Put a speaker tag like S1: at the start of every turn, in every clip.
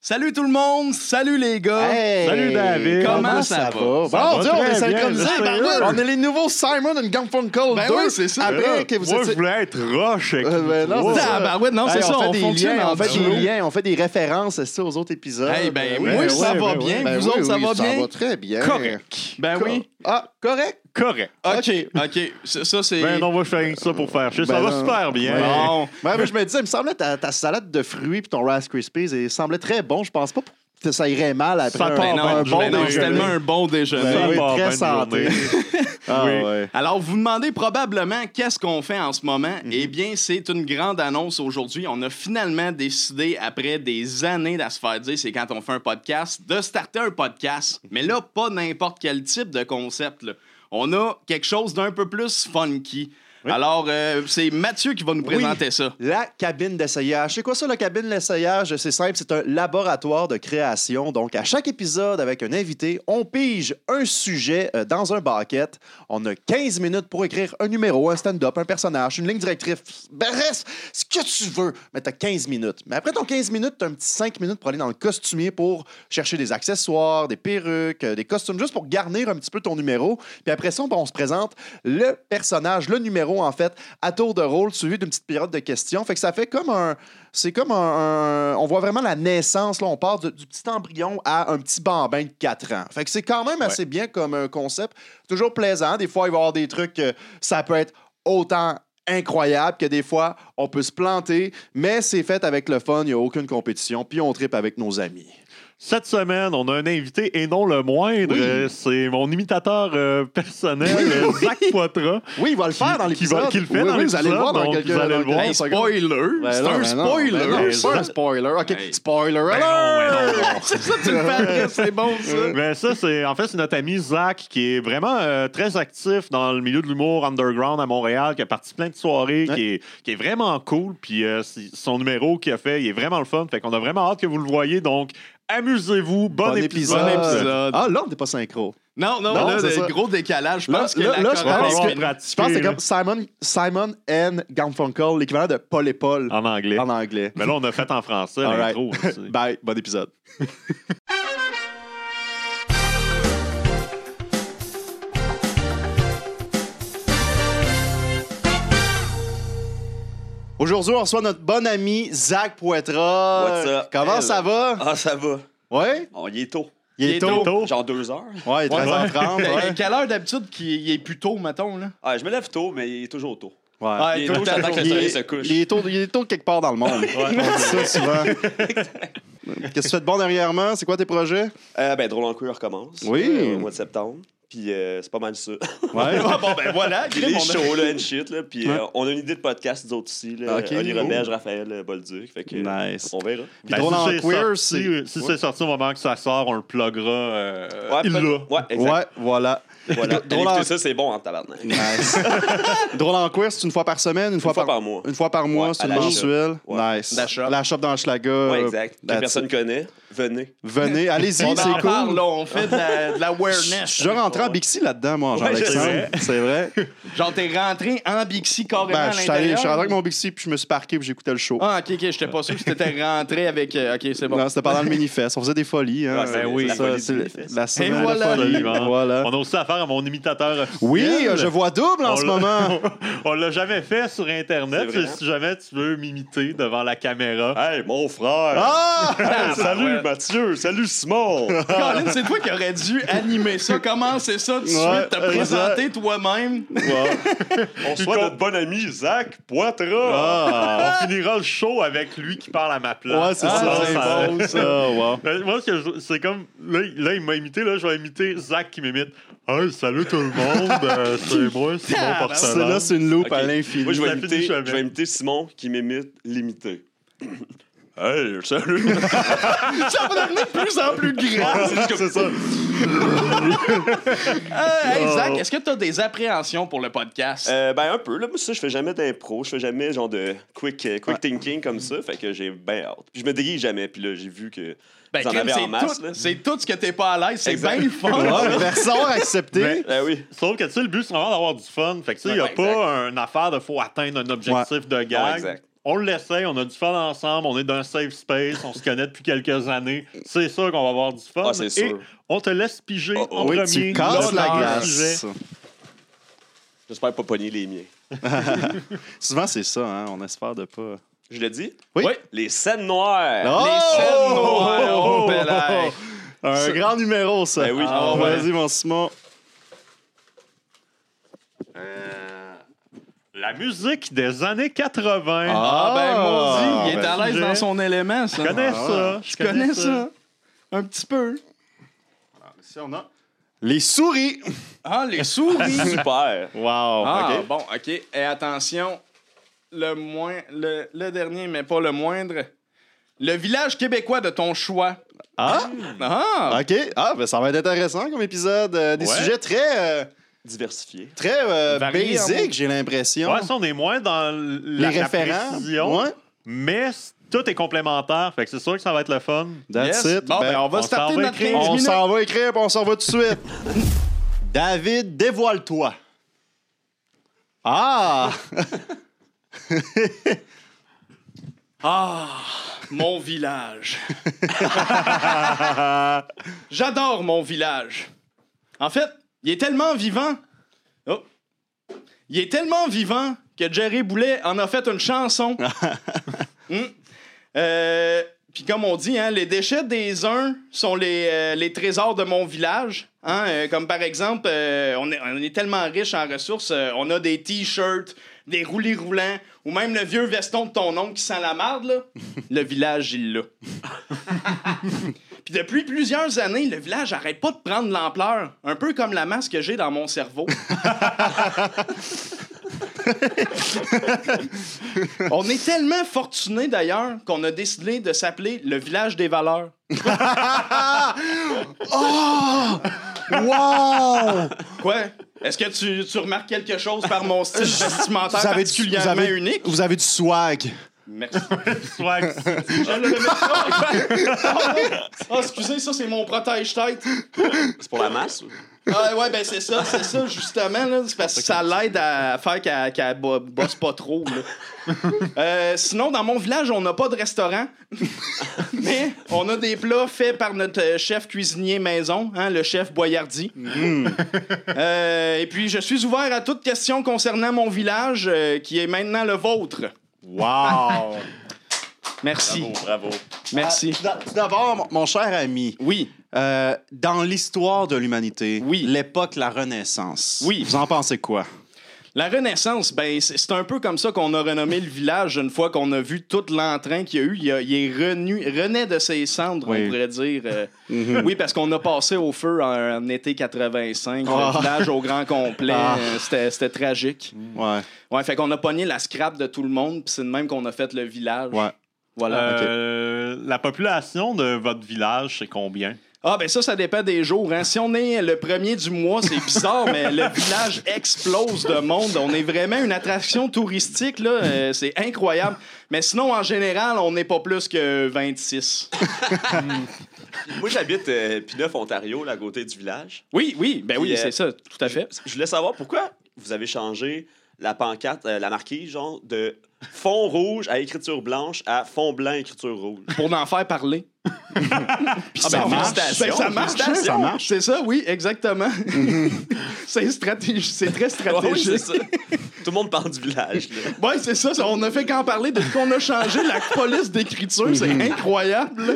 S1: Salut tout le monde, salut les gars.
S2: Hey,
S3: Salut, David.
S1: Comment ça va?
S2: Bon,
S3: Ça va
S2: Dieu, on
S3: très
S2: est
S3: bien,
S2: synchronisés,
S3: je sais,
S2: Barnum.
S3: ouais.
S2: On est les nouveaux Simon and Garfunkel
S1: Ben
S2: 2.
S1: oui, c'est ça.
S2: Après
S3: Là,
S2: que vous
S3: Eh, Moi,
S2: étiez-
S3: je voulais être roche avec
S2: Euh, ben, non,
S3: vous.
S2: c'est
S1: Ah, bah ouais, non, c'est
S2: Hey,
S1: ça, on,
S2: on fait, des,
S1: fonctionne
S2: liens,
S1: en
S2: on fait
S1: duo.
S2: des liens, on fait des références c'est ça, aux autres épisodes.
S1: Hey, ben,
S2: oui,
S1: moi,
S3: ben
S1: ça
S3: ouais,
S1: va
S3: ben
S1: bien.
S3: ouais.
S2: Ben
S1: vous
S2: oui,
S1: autres, ça
S2: oui,
S1: va
S2: Ça
S1: bien?
S2: va très bien.
S3: Correct.
S1: Ben oui.
S2: Ah, correct.
S3: Correct.
S1: OK, OK. Ça, ça, c'est...
S3: Ben non, moi, je fais ça pour faire chier. ça
S2: Ben
S3: va
S2: non.
S3: super bien.
S1: Bon.
S2: Ouais, mais Ben, je me disais, il me semblait ta, ta salade de fruits puis ton Rice Krispies, il semblait très bon. Je pense pas que ça irait mal après
S3: Ça
S2: un,
S3: part
S1: Ben
S3: pas
S1: non,
S2: un
S1: ben
S2: bon
S1: non,
S2: déjeuner.
S1: c'est tellement un bon déjeuner.
S2: Ben oui,
S3: part
S2: très
S3: bien une
S2: santé.
S3: journée.
S2: Ah,
S3: oui.
S2: ouais.
S1: Alors, vous vous demandez probablement qu'est-ce qu'on fait en ce moment.
S2: Mhm.
S1: Eh bien, c'est une grande annonce aujourd'hui. On a finalement décidé, après des années à se faire dire, c'est quand on fait un podcast, de starter un podcast. Mais là, pas n'importe quel type de concept. là. On a quelque chose d'un peu plus funky. Alors, euh, c'est Mathieu qui va nous
S2: Oui.
S1: présenter ça.
S2: La cabine d'essayage. C'est quoi ça, la cabine d'essayage? C'est simple, c'est un laboratoire de création. Donc, à chaque épisode, avec un invité, on pige un sujet euh, dans un bucket. On a 15 minutes pour écrire un numéro, un stand-up, un personnage, une ligne directrice. Bref, ce que tu veux. Mais t'as 15 minutes. Mais après ton 15 minutes, t'as un petit 5 minutes pour aller dans le costumier pour chercher des accessoires, des perruques, euh, des costumes, juste pour garnir un petit peu ton numéro. Puis après ça, ben, on, on se présente le personnage, le numéro, en fait, à tour de rôle, suivi d'une petite période de questions. Fait que ça fait comme un. C'est comme un, un- On voit vraiment la naissance. Là, on part de- du petit embryon à un petit bambin de 4 ans. Fait que c'est quand même assez bien comme euh, concept. Toujours plaisant. Des fois, il va y avoir des trucs. euh, ça peut être autant incroyable que des fois, on peut se planter, mais c'est fait avec le fun. Il n'y a aucune compétition. Puis on tripe avec nos amis.
S3: Cette semaine, on a un invité et non le moindre.
S2: Oui.
S3: Euh, C'est mon imitateur euh, personnel, euh, Zach Poitras.
S2: Oui, il va le faire dans
S3: qui va-
S2: l'épisode.
S3: qui le fait
S2: Oui,
S3: dans
S2: oui, vous allez le voir dans
S3: l'épisode,
S2: quelques
S3: donc vous allez le
S2: dans
S3: voir.
S2: quelques
S1: Hey,
S2: secondes.
S1: spoiler!
S2: Ben
S1: c'est
S2: non,
S1: un
S2: ben non,
S1: spoiler!
S2: ben non,
S3: Ben
S2: c'est pas un spoiler. OK,
S1: Hey.
S2: spoiler alert!
S3: non, ben non.
S1: c'est ça, tu le fais après, c'est bon, ça!
S3: Ben ça, c'est en fait c'est notre ami Zach qui est vraiment euh, très actif dans le milieu de l'humour underground à Montréal, qui a parti plein de soirées,
S2: Ouais.
S3: qui, est, qui est vraiment cool. Puis euh, c'est- son numéro qu'il a fait, il est vraiment le fun. Fait qu'on a vraiment hâte que vous le voyez. Donc amusez-vous, bon, épisode.
S1: Bon épisode.
S2: Ah, là, on n'est pas synchro.
S1: Non, non,
S2: Non,
S1: là,
S2: c'est
S1: le
S2: ça.
S1: gros décalage. Je
S2: Là,
S1: pense que
S2: là,
S1: la
S2: là, je
S3: On va
S1: chorale-
S2: pense
S3: falloir
S2: que-
S3: pratiquer,
S2: Je pense que c'est
S3: là,
S2: comme Simon, Simon N. Garfunkel, l'équivalent de Paul et
S1: Ah.
S2: Paul
S3: en anglais.
S2: en anglais.
S3: Mais là, on a fait en français
S2: All right. Bah,
S3: l'intro. là, c'est-
S2: Bye, bon épisode. Aujourd'hui, on reçoit notre bon ami Zach Poitras.
S4: What's up?
S2: Comment
S4: Hello.
S2: ça va?
S4: Ah, ça va.
S2: Ouais?
S4: On y est tôt.
S2: Il est tôt.
S3: tôt.
S4: Genre deux heures.
S2: Ouais, il est
S3: Ouais.
S1: Euh,
S2: 13h30. ouais.
S1: Quelle heure d'habitude qu'il est plus tôt, mettons, là?
S4: Ah, je me lève tôt, mais il est toujours tôt.
S2: Ouais.
S1: Ah,
S4: Il est
S1: tout
S4: tôt,
S1: le temps.
S4: j'attends que le
S2: Il
S4: soleil
S2: est-
S4: se couche.
S2: Il est tôt, il est tôt quelque part dans le monde. On dit ça souvent. Qu'est-ce que tu fais de bon dernièrement? C'est quoi tes projets?
S4: Euh, ben, Drôle en couille recommence.
S2: Oui.
S4: euh, au mois de septembre. Puis euh, c'est pas mal ça.
S2: Ouais.
S1: Ah, bon, ben voilà,
S4: Il
S1: crime,
S4: est
S1: on a-
S4: chaud, là, and shit, là. Puis euh, on a une idée de podcast, nous autres aussi, là.
S2: Ok.
S4: Oli
S2: Oh.
S4: Roberge, Raphaël euh, Bolduc. Fait que, euh,
S2: Nice.
S4: On verra.
S2: Puis drôle en
S3: Ben, c'est
S2: queer,
S3: sorti-
S2: c'est-
S3: si
S2: Ouais.
S3: c'est sorti au moment que ça sort, on le pluggera. euh, il
S4: peut-
S3: l'a.
S4: Ouais, exact.
S2: Ouais, voilà.
S4: Voilà.
S2: Drôle
S4: Allez,
S2: en-
S4: écoutez ça, c'est bon en tabarnak. Une
S2: Nice. Drôle en queer, c'est une fois par semaine, une,
S4: fois par mois.
S2: Une fois par mois,
S4: Ouais,
S2: c'est
S4: à
S2: une
S4: la
S2: mensuelle.
S4: shop. Ouais.
S2: Nice.
S1: La shop.
S2: La shop dans Schlaga.
S4: Ouais, exact. Que
S2: euh, that's
S4: personne
S2: it.
S4: connaît. Venez.
S2: Venez, allez-y,
S1: On
S2: c'est
S1: en
S2: cool.
S1: parle, là, on fait de la, de la awareness.
S2: Je rentre en Bixi là-dedans, moi, Jean-Alexandre.
S4: Ouais,
S2: c'est vrai.
S1: Genre, t'es rentré en Bixi carrément
S2: Ben,
S1: à
S2: je suis allé- je
S1: l'intérieur.
S2: suis rentré avec mon Bixi, puis je me suis parqué, puis j'écoutais le show.
S1: Ah, ok, ok, j'étais pas sûr que t'étais rentré avec. euh, ok, c'est bon.
S2: Non, c'était pendant le mini-fest. On faisait des folies. Hein.
S4: Ouais, c'est-
S2: oui,
S4: la
S2: ça,
S4: folie du
S2: c'est
S4: mini-fest.
S2: la semaine de
S1: voilà.
S2: folie.
S3: Absolument.
S2: Voilà.
S3: On a aussi affaire à mon imitateur officiel.
S2: Oui, je vois double en
S3: On
S2: ce
S3: l'a-
S2: moment.
S3: On l'a jamais fait sur Internet.
S4: C'est vrai. Ah,
S3: Si jamais tu veux m'imiter devant la caméra.
S4: Hey, mon frère.
S2: Ah!
S4: ben,
S1: Ah, ouais.
S4: Mathieu. Salut, Simon.
S1: Colin, c'est toi qui aurais dû animer ça, commencer ça tout de
S2: Ouais,
S1: suite, te
S2: exact.
S1: présenter toi-même.
S4: On soit notre bon ami, Zach Poitras.
S3: Ah, on finira le show avec lui qui parle à ma place.
S2: Ouais, c'est
S3: Ah,
S2: ça,
S3: non,
S2: c'est
S3: ça-
S2: bon,
S4: Ah,
S2: ça. wow.
S3: Ben, Moi, ce que je- c'est comme. Là, il- là, il m'a imité. Là, je vais imiter Zach qui m'imite. Hey, salut tout le monde. euh, c'est moi, c'est mon
S1: Ah,
S2: C'est
S3: personnage.
S2: là, c'est une loupe
S4: Ok.
S2: à l'infini.
S4: Moi, je
S3: Ça
S4: vais,
S3: finit
S4: imiter,
S3: jamais.
S4: je vais imiter Simon qui m'imite l'imité. hey, salut!
S1: Ça va devenir de plus en plus grand.
S4: Ah, c'est juste comme ça.
S1: Euh, hey, Zach, est-ce que t'as des appréhensions pour le podcast?
S4: ben, un peu. Là, moi, ça, je fais jamais d'impro. Je fais jamais genre de quick, euh, quick thinking comme ça. Fait que j'ai bien hâte. Puis je me déguise jamais. Puis là, j'ai vu que
S1: ben,
S4: vous en
S1: Kim,
S4: avez en masse.
S1: c'est
S4: là.
S1: tout, c'est tout ce que t'es pas à l'aise, c'est
S4: Exact.
S1: bien le fun.
S2: Ouais, version acceptée.
S3: Mais-
S4: Ben oui.
S3: Sauf que, tu sais, le but, c'est vraiment d'avoir du fun. Fait que, tu sais, il n'y a
S4: Ouais,
S3: pas une affaire de faut atteindre un objectif de
S4: Ouais,
S3: gag.
S4: exact.
S3: on l'essaye, on a du fun ensemble, on est dans un safe space, on se connaît depuis quelques années. C'est sûr qu'on va avoir du fun.
S4: Ah, c'est
S3: Et
S4: sûr.
S3: on te laisse piger
S4: Oh, oh,
S3: en
S2: oui,
S3: premier.
S2: tu casses la
S3: l'auteur du
S2: glace.
S3: sujet.
S4: J'espère pas pogner les miens.
S2: Souvent, c'est ça, hein, on espère de pas.
S4: Je le dis?
S2: Oui.
S4: Les scènes noires.
S2: Oh!
S1: Les scènes noires, oh,
S2: Oh!
S1: bel air.
S2: Un grand numéro, ça.
S4: Ben oui.
S2: Ah,
S1: ouais.
S2: Vas-y, mon Simon.
S3: Euh, La musique des années 80.
S1: Ah, ben,
S2: Ah,
S1: maudit, il est
S2: ben,
S1: à l'aise
S3: sujet.
S1: dans son élément, ça.
S3: Je connais ça.
S1: Ah, Je connais ça. Un petit peu.
S2: Ici, on a les souris.
S1: Ah, les souris.
S4: Super.
S2: Wow.
S1: Ah,
S2: OK.
S1: bon, OK. Et attention, le, moins, le, le dernier, mais pas le moindre. Le village québécois de ton choix.
S2: Ah,
S1: Ah!
S2: OK. Ah, ben, ça va être intéressant comme épisode. euh, des
S3: Ouais.
S2: sujets très, euh,
S4: Diversifié.
S2: très euh,
S1: Variés,
S2: basic,
S1: hein.
S2: j'ai l'impression.
S3: Ouais, ça, on est moins dans l- la,
S2: les
S3: la
S2: référents.
S3: précision,
S2: Ouais.
S3: mais c- tout est complémentaire. Fait que c'est sûr que ça va être le fun.
S1: Yes.
S2: That's it.
S1: Bon, ben,
S2: Ben,
S1: on va
S3: on
S1: se starter
S3: s'en va
S1: notre
S3: écrire.
S1: 15
S2: on
S1: minutes.
S2: s'en va écrire puis on s'en va tout de suite. David, dévoile-toi. Ah!
S1: Ah, mon village. J'adore mon village. En fait, il est tellement vivant. Oh. Il est tellement vivant que Jerry Boulet en a fait une chanson. Hmm. Euh, Puis comme on dit, hein, les déchets des uns sont les, euh, les trésors de mon village. Hein, euh, comme par exemple, euh, on, est, on est tellement riche en ressources, euh, on a des t-shirts, des roulis roulants, ou même le vieux veston de ton oncle qui sent la marde, là. le village, il l'a. Puis depuis plusieurs années, le village arrête pas de prendre de l'ampleur, un peu comme la masse que j'ai dans mon cerveau. On est tellement fortunés d'ailleurs qu'on a décidé de s'appeler le village des valeurs.
S2: Oh! Wow!
S1: Quoi? Est-ce que tu, tu remarques quelque chose par mon style vestimentaire
S2: Vous avez, du, vous,
S1: particulièrement
S2: avez,
S1: unique?
S2: vous avez du swag.
S1: Merci.
S3: Swag.
S1: Je le remets- Ah, ah, excusez, ça, c'est mon protège-tête.
S4: C'est pour la masse? ou?
S1: Ah, ouais, ben c'est ça, c'est ça, justement. Là, c'est parce que ça l'aide à faire qu'elle, qu'elle bo- bosse pas trop. là. Euh, sinon, dans mon village, on n'a pas de restaurant. Mais on a des plats faits par notre euh, chef cuisinier maison, hein, le chef Boyardi. Euh, et puis, je suis ouvert à toute question concernant mon village, euh, qui est maintenant le vôtre.
S3: Wow.
S1: Merci.
S4: Bravo, bravo.
S1: Merci.
S2: Ah, tout d'a- tout D'abord, mon- mon cher ami,
S1: Oui,
S2: euh, dans l'histoire de l'humanité,
S1: Oui.
S2: l'époque, la Renaissance,
S1: Oui.
S2: vous en pensez quoi?
S1: la Renaissance, ben, c'est c'est un peu comme ça qu'on a renommé le village une fois qu'on a vu tout l'entrain qu'il y a eu. Il, a- il est renu, renaît de ses cendres,
S2: Oui. Mm-hmm.
S1: on pourrait dire. euh, Oui, parce qu'on a passé au feu en, en été 85,
S2: Ah.
S1: le village au grand complet.
S2: Ah. Mm.
S1: euh, C'était c'était tragique.
S2: Ouais,
S1: Ouais, fait qu'on a pogné la scrap de tout le monde, puis c'est de même qu'on a fait le village.
S2: ouais.
S1: Voilà.
S3: Euh, La population de votre village, c'est combien?
S1: Ah, ben ça, ça dépend des jours. hein. Si on est le premier du mois, c'est bizarre, mais le village explose de monde. On est vraiment une attraction touristique, là. Euh, c'est incroyable. Mais sinon, en général, on n'est pas plus que 26.
S4: Moi, j'habite euh, Pineuf, Ontario, là, à côté du village.
S1: Oui, oui, ben oui,
S4: Puis, euh,
S1: c'est ça, tout à fait.
S4: Je voulais savoir pourquoi vous avez changé la pancarte, euh, la marquise, genre, de fond rouge à écriture blanche à fond blanc écriture rouge.
S1: Pour en faire parler.
S2: Puis
S1: Ah, ben,
S4: félicitations.
S1: ben, ça marche. hein?
S2: Ça marche.
S1: C'est ça, oui, exactement. c'est stratégi- Ah c'est très
S4: Ouais, oui,
S1: stratégique.
S4: c'est ça. Tout le monde parle du village. là.
S1: Oui, c'est ça, ça, On a fait qu'en parler depuis qu'on a changé la police d'écriture. C'est
S2: Mhm.
S1: incroyable. là.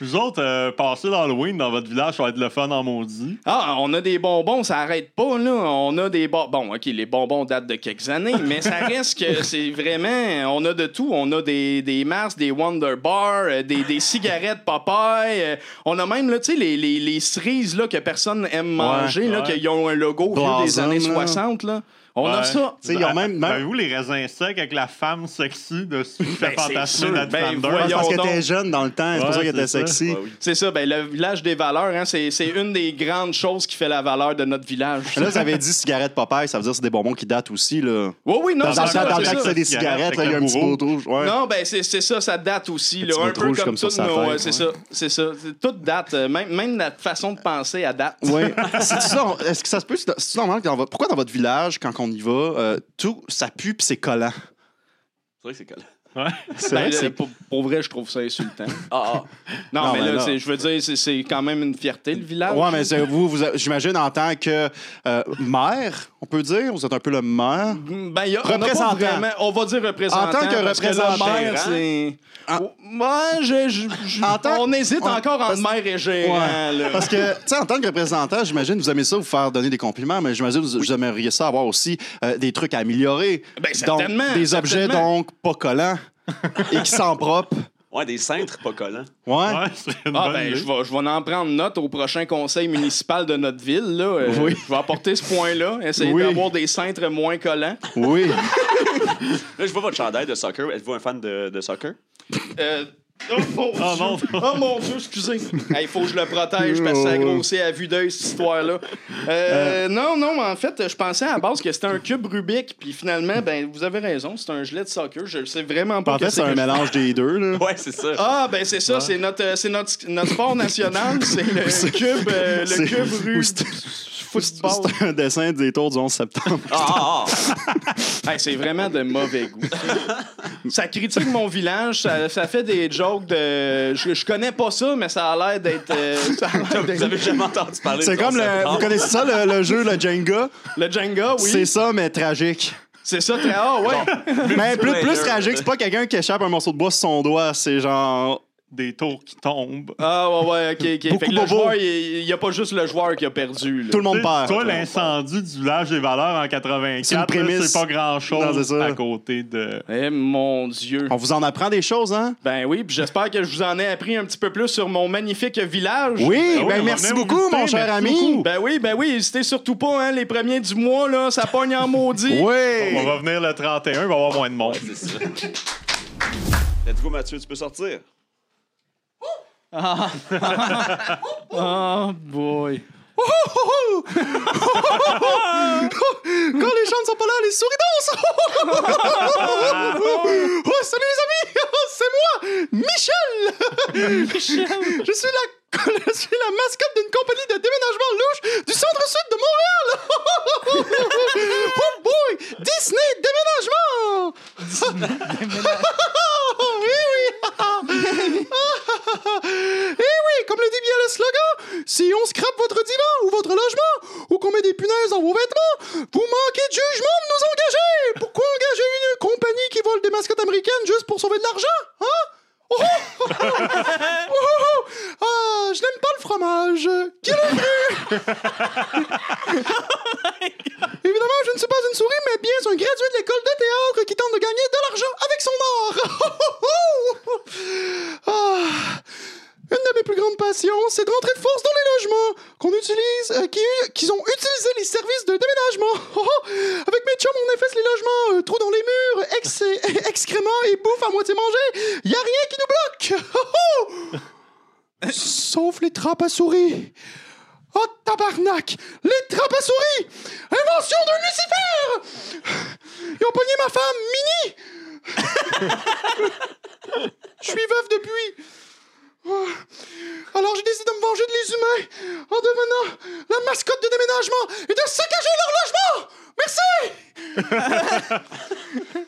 S3: Vous autres, euh, passer l'Halloween dans votre village, ça va être le fun en maudit.
S1: Ah, on a des bonbons, ça arrête pas, là. On a des bonbons. Bon, OK, les bonbons datent de quelques années, mais ça reste que c'est vraiment. On a de tout. On a des, des Mars, des Wonder Bar, euh, des, des cigarettes Popeye. euh, on a même, là, tu sais, les, les, les cerises, là, que personne aime manger, là,
S3: ouais.
S1: qui ont un logo vieux des
S2: Blossom,
S1: années
S2: là.
S1: 60, là. On a
S3: Ouais.
S1: ça.
S2: Tu sais, ils ont même- même-
S3: vous les raisins secs avec la femme sexy dessus qui fait
S1: Ben, c'est
S3: fantasmer
S1: sûr.
S3: notre
S1: Ben,
S3: fandom?
S1: voyons.
S2: C'est parce qu'elle
S1: donc.
S2: était jeune dans le temps, c'est pour
S3: Ouais,
S2: ça qu'elle était
S3: c'est ça.
S2: sexy.
S4: Ouais, oui.
S1: C'est ça, ben, le village des valeurs, hein, c'est c'est une des grandes choses qui fait la valeur de notre village.
S2: Là, vous avez dit cigarette Popeye, ça veut dire que c'est des bonbons qui datent aussi. Là.
S1: Oui, oui, non,
S2: Dans,
S1: c'est
S2: le
S1: ça,
S2: temps- dans le
S1: c'est
S2: temps que
S1: ça.
S2: c'est des
S3: Cigarette
S2: cigarettes, là, il y a un
S3: avec
S2: petit
S3: un bourreau.
S2: pot rouge. Ouais.
S1: Non, ben c'est c'est ça, ça date aussi. Là,
S2: Petit
S1: un
S2: bout de
S1: peu
S2: rouge
S1: comme,
S2: comme sur
S1: toutes
S2: sa
S1: nos-
S2: tête,
S1: ouais, c'est ça, c'est ça. C'est- Tout date. euh, Même, même notre façon de penser à date.
S2: Oui. C'est ça. on- Est-ce que ça se peut? c'est- C'est normal que dans votre- pourquoi dans votre village, quand on y va, euh, tout ça pue puis c'est collant?
S4: C'est vrai que c'est collant.
S3: Ouais.
S2: C'est
S1: Ben,
S2: vrai que
S1: là,
S2: c'est-
S1: pour, pour vrai, je trouve ça insultant.
S4: Ah,
S1: Non,
S2: Non,
S1: mais
S2: ben
S1: là,
S2: non.
S1: c'est- je veux dire, c'est- c'est quand même une fierté, le village.
S2: Ouais, mais c'est vous, vous j'imagine, en tant que euh, maire, on peut dire, vous êtes un peu le maire.
S1: Ben, y a- on, a pas
S2: Représentant.
S1: vraiment- on va dire représentant.
S2: En tant que
S1: parce là,
S2: représentant. hein.
S1: maire, c'est. Ouais, je- je- je-
S2: En tant-
S1: on hésite
S2: on-
S1: encore entre maire et gérant.
S2: Ouais.
S1: là.
S2: Parce que, tu sais, en tant que représentant, j'imagine, vous aimez ça, vous faire donner des compliments, mais j'imagine, vous, vous aimeriez ça avoir aussi euh, des trucs à améliorer.
S1: Ben,
S2: donc,
S1: certainement,
S2: des objets,
S1: certainement.
S2: donc, pas collants et qui sont propres.
S4: ouais, des cintres pas collants.
S2: Ouais.
S3: Ouais, c'est une
S1: Ah
S3: bonne
S1: ben,
S3: idée.
S1: je vais, je vais en prendre note au prochain conseil municipal de notre ville. Là. Euh,
S2: Oui.
S1: Je vais apporter ce point-là, essayer
S2: Oui.
S1: d'avoir des cintres moins collants.
S2: Oui.
S4: Là, je vois votre chandail de soccer. Êtes-vous un fan de, de soccer?
S1: Euh, Oh, mon
S3: Ah,
S1: Dieu.
S3: non.
S1: Oh, mon Dieu, excusez. Il faut que je le protège parce que ça grossit à vue d'œil cette histoire-là. Euh, Non, non, en fait, je pensais à la base que c'était un cube Rubik, puis finalement, ben vous avez raison, c'est un gilet de soccer. Je ne sais vraiment pas.
S2: En fait,
S1: qu'est-ce
S2: c'est
S1: que
S2: un
S1: je-
S2: mélange des deux, là.
S4: Ouais, c'est ça.
S1: Ah ben c'est ça, c'est notre, euh, c'est notre, notre sport national, c'est le cube, euh, le
S2: C'est-
S1: cube
S2: ou
S1: Rubik.
S2: c'est- C'est un dessin des tours du 11 septembre.
S4: Ah, ah,
S1: Hey, c'est vraiment de mauvais goût. ça critique mon village, ça, ça fait des jokes de. Je, je connais pas ça, mais ça a l'air d'être. euh, ça a l'air
S4: ah. Vous
S1: d'être-
S4: avez jamais entendu parler
S2: C'est
S4: de
S2: comme le. Vous connaissez ça, le, le jeu, le Jenga?
S1: Le Jenga, oui.
S2: C'est ça, mais tragique.
S1: C'est ça, très. Ah, ouais.
S2: Mais Ben, plus,
S4: player,
S2: plus
S4: là.
S2: tragique, c'est pas quelqu'un qui échappe un morceau de bois sur son doigt, c'est genre.
S3: Des tours qui tombent.
S1: Ah, ouais, ouais, ok, ok.
S2: Beaucoup
S1: fait que le
S2: bobo.
S1: joueur, il n'y a pas juste le joueur qui a perdu. là.
S2: Tout le monde
S3: Toi,
S2: perd.
S3: l'incendie du village des valeurs en 84,
S2: C'est une
S3: là,
S2: prémisse.
S3: c'est pas
S2: Non, c'est
S3: grand-chose
S2: ça.
S3: à côté de...
S1: Eh, mon Dieu.
S2: On vous en apprend des choses, hein?
S1: Ben oui, puis j'espère que je vous en ai appris un petit peu plus sur mon magnifique village.
S2: Oui,
S3: Ben
S2: ben
S3: oui,
S2: merci
S3: on va
S2: beaucoup,
S3: visiter,
S2: mon cher
S3: merci
S2: ami.
S3: beaucoup.
S1: Ben oui, ben oui, n'hésitez surtout pas, hein, les premiers du mois, là, ça pogne en maudit.
S3: On
S2: Ben Oui!
S3: va venir le 31, il va y avoir moins de monde.
S4: C'est ça. Let's go, Mathieu, tu peux sortir.
S1: Oh, boy.
S2: Quand les gens ne sont pas là, les souris dansent! oh, salut les amis! Oh, C'est moi,
S1: Oh,
S2: Michel! Michel! Je suis la, je suis la mascotte d'une compagnie de déménagement louche du centre-sud de Montréal! oh boy! Disney Déménagement! oui, oui! Eh oui, comme le dit bien le slogan, si on scrape votre divan ou votre logement, ou qu'on met des punaises dans vos vêtements, vous manquez de jugement de nous engager! Pourquoi engager une compagnie qui vole des mascottes américaines juste pour sauver de l'argent? Hein? Oh! oh, oh, oh, oh, oh. Ah, je n'aime pas le fromage! Qui l'a cru? Évidemment, je ne suis pas une souris, mais bien un gradué de l'école de théâtre qui tente de gagner de l'argent avec son art! Oh, oh, oh. Ah. Une de mes plus grandes passions, c'est de rentrer de force dans les logements qu'on utilise, euh, qui, qu'ils ont utilisé les services de déménagement. Oh, oh. Avec mes chums, on efface les logements, euh, trous dans les murs, ex- excréments et bouffe à moitié mangée. Y a rien qui nous bloque. Oh, oh. Sauf les trappes à souris. Oh tabarnak! Les trappes à souris! Invention de Lucifer! Ils ont pogné ma femme, Minnie! Je suis veuve depuis. Oh. Alors j'ai décidé de me venger de les humains en devenant la mascotte de déménagement et de saccager leur logement!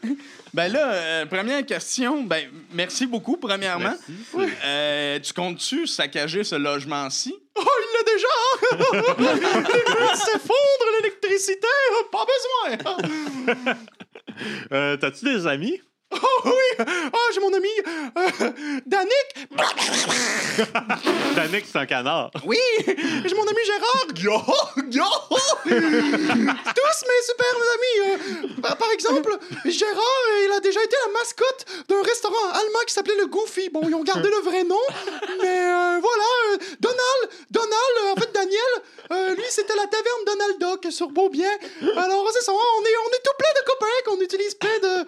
S2: Merci!
S1: Ben là, euh, première question. Ben, merci beaucoup, premièrement. Euh, tu comptes-tu saccager ce logement-ci?
S2: Oh, il l'a déjà! hein? les murs s'effondrent, l'électricité! oh, Pas besoin!
S3: Euh, T'as-tu des amis?
S2: Oh oui! Oh, j'ai mon ami euh, Danick!
S3: Danick, c'est un canard.
S2: Oui! Et J'ai mon ami Gérard! Yo! Yo! Tous mes super amis! euh, par- par exemple, Gérard, il a déjà été la mascotte d'un restaurant allemand qui s'appelait le Goofy. Bon, ils ont gardé le vrai nom, mais euh, voilà. euh, Donald! Donald! euh, en fait, Daniel, euh, lui, c'était la taverne Donald Duck sur Beaubien. Alors, c'est ça, on est, on est tout plein de copains qu'on utilise plein de,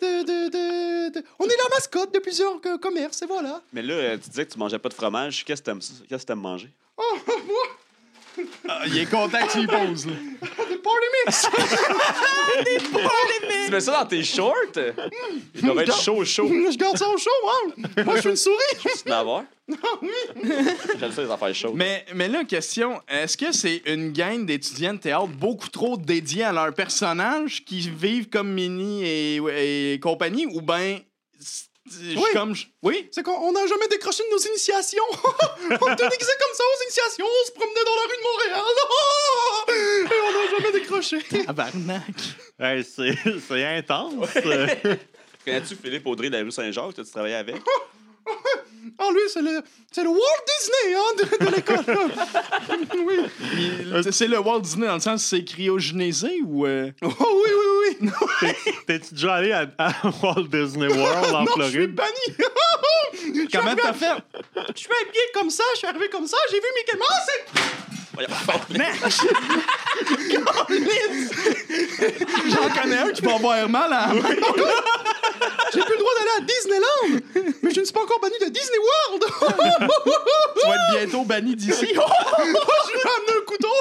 S2: de, de- de- de- On est la mascotte de plusieurs euh, commerces, et voilà.
S4: Mais là, euh, tu disais que tu mangeais pas de fromage. Qu'est-ce que t'aimes Qu'est-ce que t'aimes manger?
S1: Ah, il est content que tu y poses. là.
S2: The Party Mix!
S4: Tu mets ça dans tes shorts? Il devrait être chaud, chaud.
S2: Je garde ça au chaud, hein. Moi, je suis une souris!
S4: Tu n'as avoir? oui! J'aime ça, les affaires chaudes.
S1: Mais, mais là, question, est-ce que c'est une gang d'étudiants de théâtre beaucoup trop dédiés à leur personnage qui vivent comme Minnie et, et compagnie ou ben c'est- je
S2: Oui.
S1: suis comme. je- Oui?
S2: C'est qu'on n'a jamais décroché de nos initiations. on était déguisés comme ça aux initiations. On se promenait dans la rue de Montréal. Et on n'a jamais décroché.
S1: Tabarnak.
S3: Hey, c'est c'est intense. Euh,
S4: Connais-tu Philippe Audrey de la rue Saint-Jacques? T'as-tu travaillé avec?
S2: Ah, lui, c'est le, c'est le Walt Disney hein, de, de l'école.
S1: Il- c'est- C'est le Walt Disney dans le sens c'est cryogénisé ou. euh,
S2: Oh, oui, oui, oui.
S3: T'es-tu déjà allé à, à Walt Disney World en
S2: Non, je suis
S3: Floride?
S2: banni. Je suis
S1: Comment
S2: arrivé
S1: t'as fait?
S2: à- Je suis habillé comme ça. Je suis arrivé comme ça. J'ai vu Mickey Mouse. c'est-
S1: J'en connais un qui va avoir mal à.
S2: J'ai plus le droit d'aller à Disneyland. Mais je ne suis pas encore banni de Disney World.
S1: tu vas être bientôt banni d'ici.
S2: je vais amener un couteau.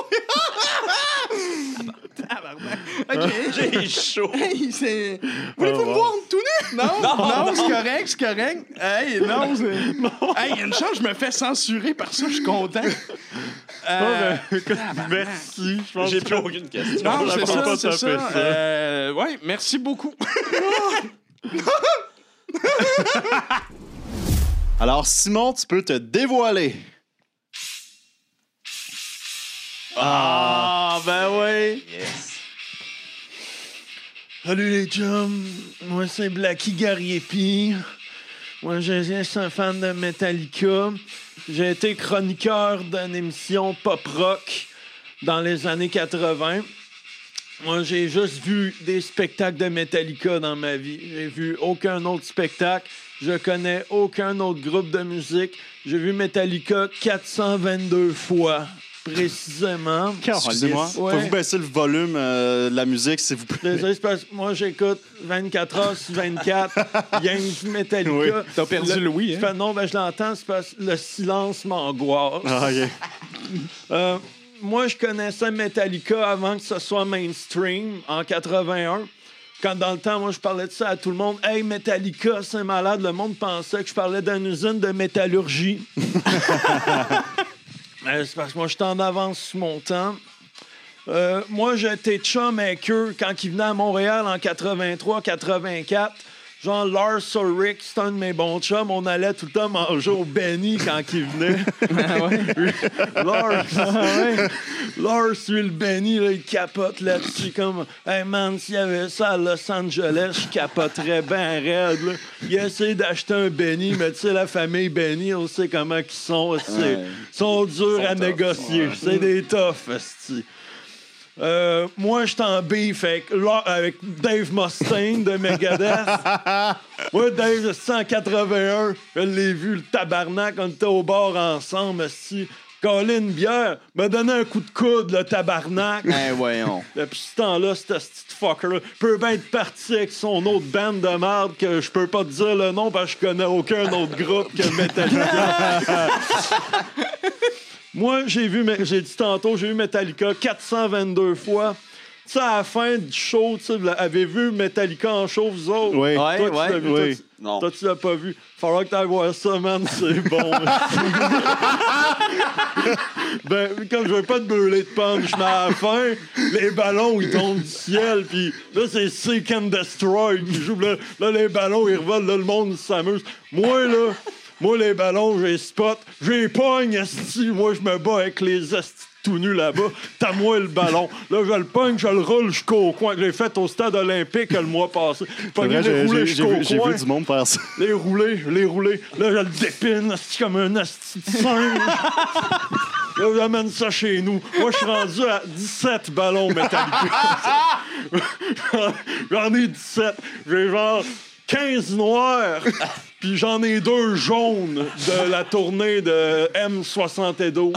S1: Ah bah, ok, j'ai.
S4: J'ai chaud!
S1: Hey, c'est.
S2: Voulez-vous
S3: Oh,
S2: me
S3: wow.
S2: voir tout nu?
S1: Non, non, c'est correct, c'est correct. Hey, non, c'est. Hey, il y a une chance, je me fais censurer par ça, je suis content. Euh,
S3: Non, mais- Merci. Je pense
S4: J'ai
S3: que-
S4: plus aucune question.
S1: Non,
S3: Je
S1: c'est
S3: pense
S1: ça,
S3: pas
S1: c'est
S3: taper
S1: ça.
S3: ça.
S1: Euh, ouais, merci beaucoup.
S2: Alors, Simon, tu peux te dévoiler.
S3: Ah, ben oui.
S4: Yes.
S3: Salut les chums. Moi, c'est Blackie Gariepi. Moi, je suis un fan de Metallica. J'ai été chroniqueur d'une émission pop rock dans les années 80. Moi, j'ai juste vu des spectacles de Metallica dans ma vie. J'ai vu aucun autre spectacle. Je connais aucun autre groupe de musique. J'ai vu Metallica 422 fois, précisément.
S2: Oh, Excusez-moi,
S3: Ouais.
S2: pouvez-vous baisser le volume euh, de la musique, s'il vous plaît?
S5: Désolé, c'est parce que moi, j'écoute 24 heures sur 24, Gang du Metallica.
S2: Oui,
S1: T'as perdu
S5: Le-
S1: Louis, hein?
S5: Je fais, non, ben, je l'entends, c'est parce que le silence m'angoisse.
S2: Ah, ok.
S5: Euh, moi, je connaissais Metallica avant que ce soit mainstream, en 81. Quand dans le temps, moi, je parlais de ça à tout le monde. Hey, Metallica, c'est malade. Le monde pensait que je parlais d'une usine de métallurgie. Mais c'est parce que moi, je suis en avance sur mon temps. Euh, moi, j'étais chum avec eux quand ils venaient à Montréal en 83-84. Genre, Lars Ulrich, c'est un de mes bons chums. On allait tout le temps manger au Benny quand ils venaient. Ah Lars, ah Lars, lui, le Benny, là, il capote là-dessus comme Hey man, s'il y avait ça à Los Angeles, je capoterais ben raide. Là. Il essaie d'acheter un Benny, mais tu sais, la famille Benny, on sait comment ils sont. c'est- Ils sont durs à négocier. C'est des toughs, esti. Euh, moi, je suis en beef avec, Lar- avec Dave Mustaine de Megadeth. Ouais, Dave, 181, je l'ai vu, le tabarnak, on était au bar ensemble, si. Colin Bière m'a donné un coup de coude, le tabarnak.
S2: Eh, voyons.
S5: Depuis ce temps-là, ce petit fucker-là peut bien être parti avec son autre bande de merde que je peux pas te dire le nom parce que je connais aucun autre groupe que Metallica. Moi, j'ai vu, mais j'ai dit tantôt, j'ai vu Metallica 422 fois. Tu sais, à la fin du show, tu sais, vous l'avez vu Metallica en show, vous autres?
S2: Oui.
S1: Ouais,
S5: Toi, tu
S1: ouais,
S5: l'as vu,
S2: oui.
S5: toi, tu-
S4: Non.
S5: toi, tu l'as pas vu. Faudra que t'ailles voir ça, man. C'est bon. ben, comme je veux pas te brûler de punch, mais à la fin, les ballons, ils tombent du ciel. Puis là, c'est Seek and Destroy qui joue. Là, là, les ballons, ils revolent. Là, le monde s'amuse. Moi, là... Moi, les ballons, j'ai spot, j'ai pogne, esti. Moi, je me bats avec les esti tout nus là-bas. T'as moi le ballon. Là, je le pogne, je le roule jusqu'au coin. Je l'ai fait au stade olympique le mois passé.
S2: C'est
S5: Pogné,
S2: vrai,
S5: les
S2: j'ai-
S5: roulés
S2: j'ai- j'ai
S5: jusqu'au
S2: vu, j'ai
S5: coin.
S2: vu du monde faire ça.
S5: Les roulés, les roulés. Là, je le dépine, esti, comme un esti de singe. Là, j'amène ça chez nous. Moi, je suis rendu à 17 ballons métalliques. j'en ai 17. J'ai genre 15 noirs. Puis j'en ai deux jaunes de la tournée de M72.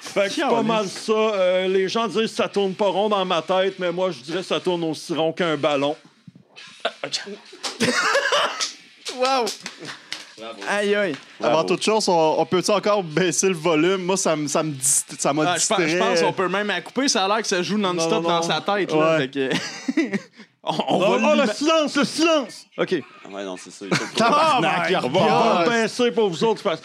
S5: Fait que c'est pas mal ça. Euh, les gens disent que ça tourne pas rond dans ma tête, mais moi, je dirais que ça tourne aussi rond qu'un ballon.
S1: Wow! Aïe, aïe.
S2: Avant toute chose, on, on peut-tu encore baisser le volume? Moi, ça me ça me dist- ça m'a
S1: Ah, je pense, je
S2: distrait.
S1: pense qu'on peut même à couper. Ça a l'air que ça joue
S5: Non,
S1: non-stop
S5: non,
S1: dans
S5: non.
S1: sa tête. Là,
S2: Ouais.
S1: fait que- on, on
S5: Oh,
S1: va
S5: oh, le
S1: l'ima-
S5: silence, le silence! OK.
S4: Ouais, non, c'est ça. il faut-
S2: Tabarnak,
S1: Oh my
S2: il
S5: On
S2: rebond.
S5: va le pincer pour vous autres. parce-